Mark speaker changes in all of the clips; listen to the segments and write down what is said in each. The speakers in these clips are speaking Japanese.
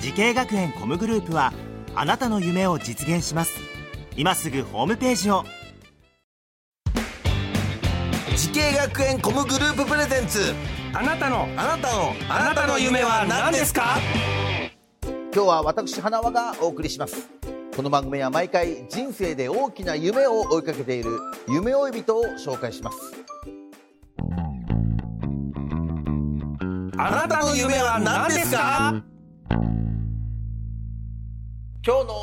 Speaker 1: 時系学園コムグループはあなたの夢を実現します今すぐホームページを
Speaker 2: 時系学園コムグループプレゼンツ
Speaker 3: あなたの
Speaker 2: あなたの
Speaker 3: あなたの夢は何ですか
Speaker 2: 今日は私花輪がお送りしますこの番組は毎回人生で大きな夢を追いかけている夢追い人を紹介します
Speaker 3: あなたの夢は何ですか
Speaker 2: 今日の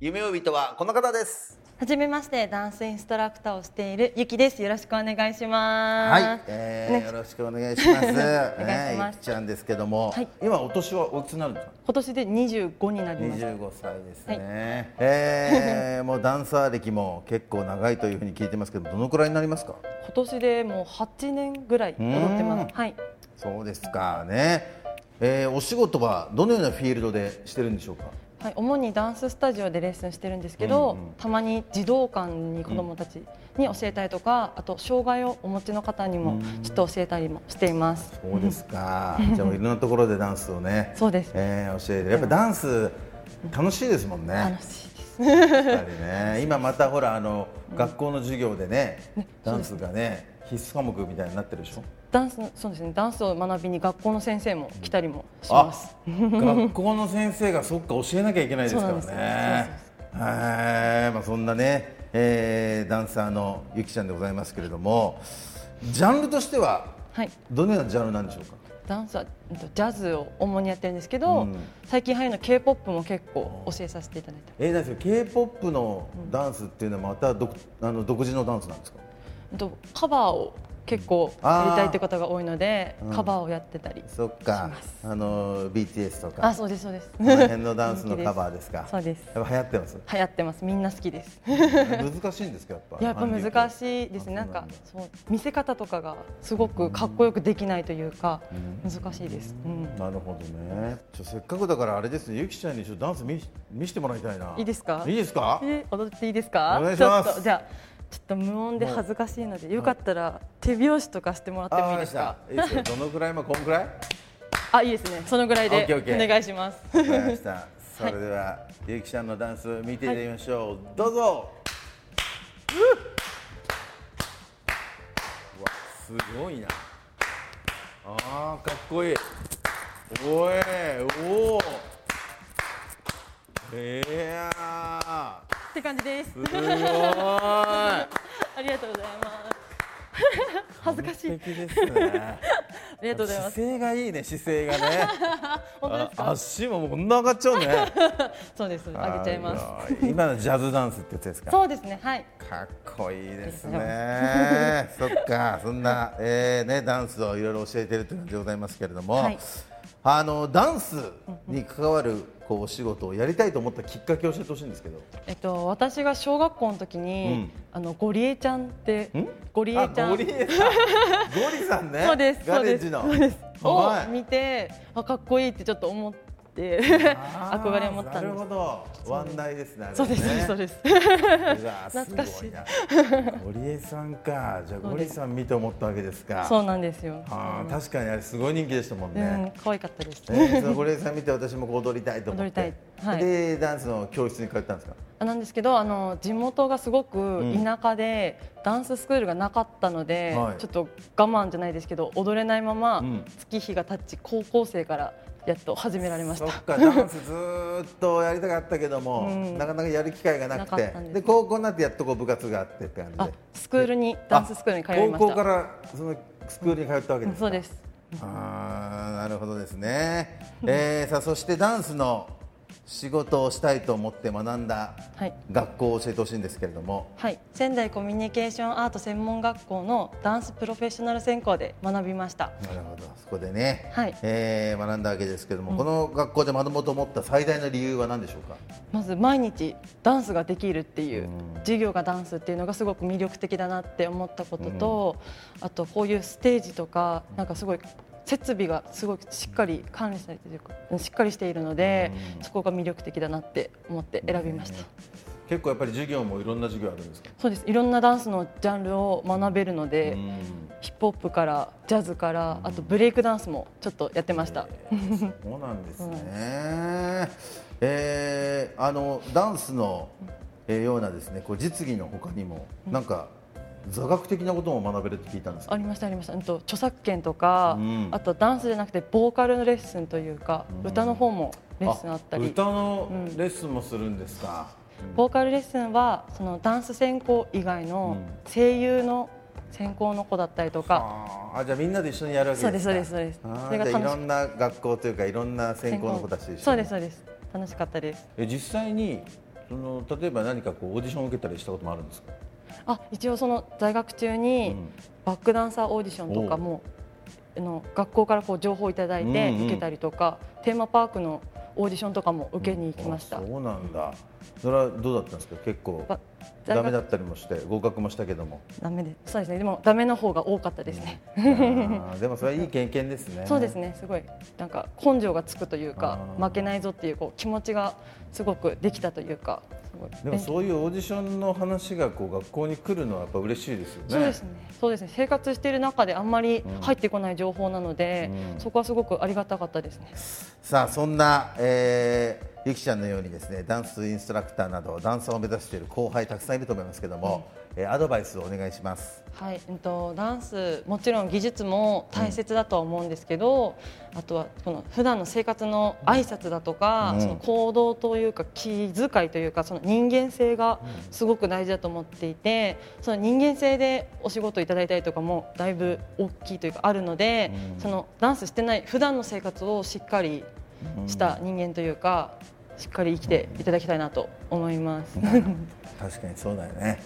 Speaker 2: 夢追い人はこの方です
Speaker 4: はじめまして、ダンスインストラクターをしているゆきです。よろしくお願いします。
Speaker 5: はい、えー
Speaker 4: ね
Speaker 5: よろしくお願いし ます。お
Speaker 4: 願いします
Speaker 5: ちゃんですけども、
Speaker 4: はい
Speaker 5: 今お年はおいくつになるんですか。
Speaker 4: 今年で25になり
Speaker 5: 二
Speaker 4: まし
Speaker 5: 十
Speaker 4: た。
Speaker 5: 五歳ですね。えーもうダンサー歴も結構長いというふうに聞いてますけど、どのくらいになりますか。
Speaker 4: 今年でもう8年ぐらい踊ってます。はい、
Speaker 5: そうですかね。えーお仕事はどのようなフィールドでしてるんでしょうか。
Speaker 4: はい、主にダンススタジオでレッスンしてるんですけど、たまに児童館に子どもたちに教えたりとか、あと障害をお持ちの方にもちょっと教えたりもしています。
Speaker 5: そうですか。じゃあもういろんなところでダンスをね。
Speaker 4: そうです
Speaker 5: えー教えて、やっぱダンス楽しいですもんね。
Speaker 4: 楽しいです。
Speaker 5: やっぱりね、今またほらあの学校の授業でね、ダンスがね必須科目みたいになってるでしょ。
Speaker 4: ダンスの、そうですね、ダンスを学びに学校の先生も来たりもし
Speaker 5: あ
Speaker 4: ます。、
Speaker 5: 学校の先生がそっか教えなきゃいけないですから
Speaker 4: そうなん
Speaker 5: ね。はい、まあそんなね、えーダンサーのゆきちゃんでございますけれども、ジャンルとしては
Speaker 4: はい。
Speaker 5: どのようなジャンルなんでしょうか。
Speaker 4: ダンスはうんとジャズを主にやってるんですけど、
Speaker 5: うん
Speaker 4: 最近入るの K-POP も結構教えさせていただいて
Speaker 5: えー、なんですけど K-POP のダンスっていうのはまた独あの独自のダンスなんですか。
Speaker 4: うんとカバーを結構やりたいって方が多いので、カバーをやってたり、
Speaker 5: そっか、あの BTS とか
Speaker 4: あ。そうですそうです
Speaker 5: この辺のダンスのカバーですか。
Speaker 4: そうです
Speaker 5: やっぱ流行ってます。
Speaker 4: 流行ってますみんな好き です
Speaker 5: 難しいんですかやっぱ。
Speaker 4: やっぱ難しいですね
Speaker 5: あ
Speaker 4: なん
Speaker 5: そうだ
Speaker 4: かそう見せ方とかがすごくかっこよくできないというか、難しいです、うん
Speaker 5: なるほどね。ちょせっかくだからあれですね、ゆきちゃんにちょっとダンス見見してもらいたいな。
Speaker 4: いいですか
Speaker 5: いいですか？
Speaker 4: えー踊っていいですか
Speaker 5: お願いします
Speaker 4: ちょっとじゃあちょっと無音で恥ずかしいのでよかったら手拍子とかしてもらってもいいですか
Speaker 5: あわりましたいいですよ。どのくらいまあこんくらい？
Speaker 4: あ、いいですね。そのぐらい
Speaker 5: オッケーオ
Speaker 4: で
Speaker 5: ッケー
Speaker 4: お願いします。
Speaker 5: わかりました。それでは、ゆきちゃんのダンス見ていただきましょう。どうぞ。うわすごいな。あーかっこいい。おいおお。ええやー。
Speaker 4: って感じです。
Speaker 5: すごーい。
Speaker 4: ありがとうございます。恥ずかしい。
Speaker 5: 敵ですね。
Speaker 4: ありがとうござい ま
Speaker 5: 姿
Speaker 4: す。
Speaker 5: 勢がいいね、姿勢がね。
Speaker 4: 本当です
Speaker 5: あ
Speaker 4: か。
Speaker 5: 足もこんな上がっちゃう ね。
Speaker 4: そうです。あげちゃいます。
Speaker 5: すごい。今のジャズダンスってやつですか。
Speaker 4: そうですね。はい。
Speaker 5: かっこいいですね。 そっか、そんな、えーね、ダンスをいろいろ教えてるということでございますけれども。
Speaker 4: はい
Speaker 5: あのダンスに関わるこうお仕事をやりたいと思ったきっかけを教えてほしいんですけど。
Speaker 4: えっと私が小学校の時に、あのゴリエちゃんってゴリエちゃ
Speaker 5: あゴ
Speaker 4: ん。
Speaker 5: リエさん。ゴリさんね。
Speaker 4: そうです。
Speaker 5: ガ
Speaker 4: そう
Speaker 5: レー
Speaker 4: です。
Speaker 5: ジの。
Speaker 4: そうです。を
Speaker 5: はい
Speaker 4: 見て、あかっこいいってちょっと思って
Speaker 5: あー
Speaker 4: 憧れを持った
Speaker 5: なんる
Speaker 4: です
Speaker 5: ほ。ど。湾内ですね。あれね
Speaker 4: そうです。そうです。
Speaker 5: うわー
Speaker 4: 懐かしい
Speaker 5: すごなゴリエさんか。じゃあゴリさん見て思ったわけですか。
Speaker 4: そうなんですよ。
Speaker 5: あー確かにあれすごい人気でしたもん
Speaker 4: うん
Speaker 5: ね。、
Speaker 4: 可愛かったです。
Speaker 5: え ーそのゴリエさん見て私もこう踊りたいと思って。
Speaker 4: 踊りたいはい
Speaker 5: でダンスの教室に通ったんですか。
Speaker 4: なんですけどあの地元がすごく田舎で、ダンススクールがなかったので、
Speaker 5: はい
Speaker 4: ちょっと我慢じゃないですけど踊れないまま、
Speaker 5: ん
Speaker 4: 月日が経ち高校生からやっと始められまし
Speaker 5: そ
Speaker 4: た
Speaker 5: っかダンスずーっとやりたかったけども、
Speaker 4: うん
Speaker 5: なかなかやる機会がなく
Speaker 4: なか
Speaker 5: て
Speaker 4: ったんです
Speaker 5: で高校になってやっとこう部活があってって感じ
Speaker 4: あ
Speaker 5: で
Speaker 4: スクールにダンススクールに通いました
Speaker 5: あ高校からそのスクールに通ったわけですか
Speaker 4: そうです
Speaker 5: あーなるほどですね、えー、さあそしてダンスの仕事をしたいと思って学んだ
Speaker 4: はい
Speaker 5: 学校を教えてほしいんですけれども、
Speaker 4: はい、仙台コミュニケーションアート専門学校のダンスプロフェッショナル専攻で学びました
Speaker 5: なるほどそこでね、
Speaker 4: はい
Speaker 5: えー学んだわけですけれども、この学校で学ぼうと思った最大の理由は何でしょうか
Speaker 4: まず毎日ダンスができるっていう、授業がダンスっていうのがすごく魅力的だなって思ったことと、あとこういうステージとかなんかすごい設備がすごくしっかり管理されてるというかしっかりしているので、そこが魅力的だなって思って選びました、
Speaker 5: 結構やっぱり授業もいろんな授業あるんですか
Speaker 4: そうですいろんなダンスのジャンルを学べるので、ヒップホップからジャズからあとブレイクダンスもちょっとやってました、
Speaker 5: そうなんですね、えーあのダンスの、えーようなですねこう実技の他にも、なんか座学的なことも学べるって聞いたんですけど
Speaker 4: ありましたありましたうんと著作権とか、
Speaker 5: うん
Speaker 4: あとダンスじゃなくてボーカルのレッスンというか、歌の方もレッスンあったり
Speaker 5: 歌のレッスンもするんですか、
Speaker 4: ボーカルレッスンはそのダンス専攻以外の声優の専攻の子だったりとか、
Speaker 5: あーあじゃあみんなで一緒にやるわけですか
Speaker 4: そうですそうですそうです
Speaker 5: あー
Speaker 4: それが
Speaker 5: じゃあい
Speaker 4: 楽し
Speaker 5: ろんな学校というかいろんな専攻の子たちと一緒に
Speaker 4: そうですそうです楽しかったです
Speaker 6: え実際にその例えば何かこうオーディションを受けたりしたこともあるんですか
Speaker 4: あ一応その在学中にバックダンサーオーディションとかも、あの学校からこう情報をいただいて
Speaker 5: うんうん
Speaker 4: 受けたりとか、テーマパークのオーディションとかも受けに行きました、
Speaker 5: あそうなんだそれはどうだったんですか結構
Speaker 4: ば
Speaker 5: ダメだったりもして合格もしたけど も
Speaker 4: ダメでそうですねでもダメの方が多かったですね、
Speaker 5: あーでもそれはいい経験ですね
Speaker 4: そうですねすごいなんか根性がつくというか
Speaker 5: あー
Speaker 4: 負けないぞっていうこう気持ちがすごくできたというかすごい
Speaker 5: でもそういうオーディションの話がこう学校に来るのはやっぱ嬉しいですよね
Speaker 4: そうですね。そうですね。生活している中であんまり入ってこない情報なので、そこはすごくありがたかったですね。
Speaker 5: さあそんな、えーゆきちゃんのようにですねダンスインストラクターなどダンサーを目指している後輩たくさんいると思いますけども、えーアドバイスをお願いします
Speaker 4: はい、うんとダンスもちろん技術も大切だとは思うんですけど、あとはこの普段の生活の挨拶だとか、
Speaker 5: うん
Speaker 4: その行動というか気遣いというかその人間性がすごく大事だと思っていて、その人間性でお仕事いただいたりとかもだいぶ大きいというかあるので、そのダンスしてない普段の生活をしっかりした人間というか、しっかり生きていただきたいなと思います。
Speaker 5: 確かにそうだよね、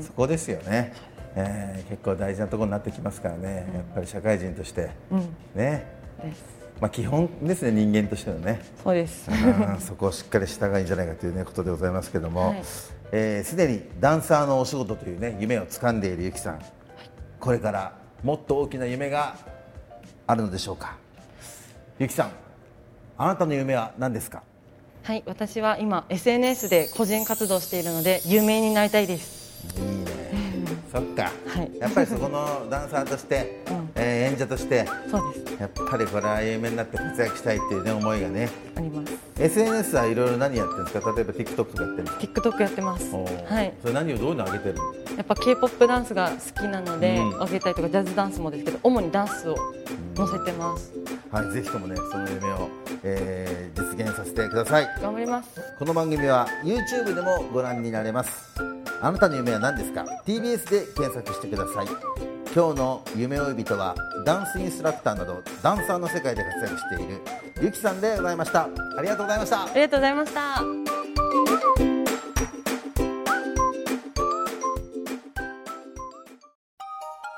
Speaker 5: そこですよね、えー結構大事なところになってきますからね、やっぱり社会人として、ね、
Speaker 4: です
Speaker 5: まあ、基本ですね人間としての ね
Speaker 4: そうです。
Speaker 5: うんそこをしっかり従いいんじゃないかという、ね、ことでございますけども
Speaker 4: はい
Speaker 5: すで、えー既にダンサーのお仕事という、ね、夢を掴んでいるゆきさん、これからもっと大きな夢があるのでしょうかゆきさんあなたの夢は何ですか
Speaker 4: はい、私は今 SNS で個人活動しているので有名になりたいです。
Speaker 5: いいねそっか、
Speaker 4: はい
Speaker 5: やっぱりそこのダンサーとして、えー演者として
Speaker 4: そうです。
Speaker 5: やっぱりこれは有名になって活躍したいっていう、ね、思いがね
Speaker 4: あります。
Speaker 5: SNS はいろいろ何やってるんですか例えば TikTok とかやってるんですか
Speaker 4: TikTok やってます。
Speaker 5: おー
Speaker 4: はい。
Speaker 5: それ何をどういうの上げてるの
Speaker 4: やっぱ K-pop ダンスが好きなので、
Speaker 5: うん
Speaker 4: あげたりとかジャズダンスもですけど、主にダンスを載せてます。
Speaker 5: はい、ぜひともね、その夢を、えー実現させてください。
Speaker 4: 頑張ります。
Speaker 5: この番組は YouTube でもご覧になれます。あなたの夢は何ですか ?TBS で検索してください。今日の夢追い人はダンスインストラクターなどダンサーの世界で活躍しているゆきさんでございました。ありがとうございました
Speaker 4: あ。りがとうございました。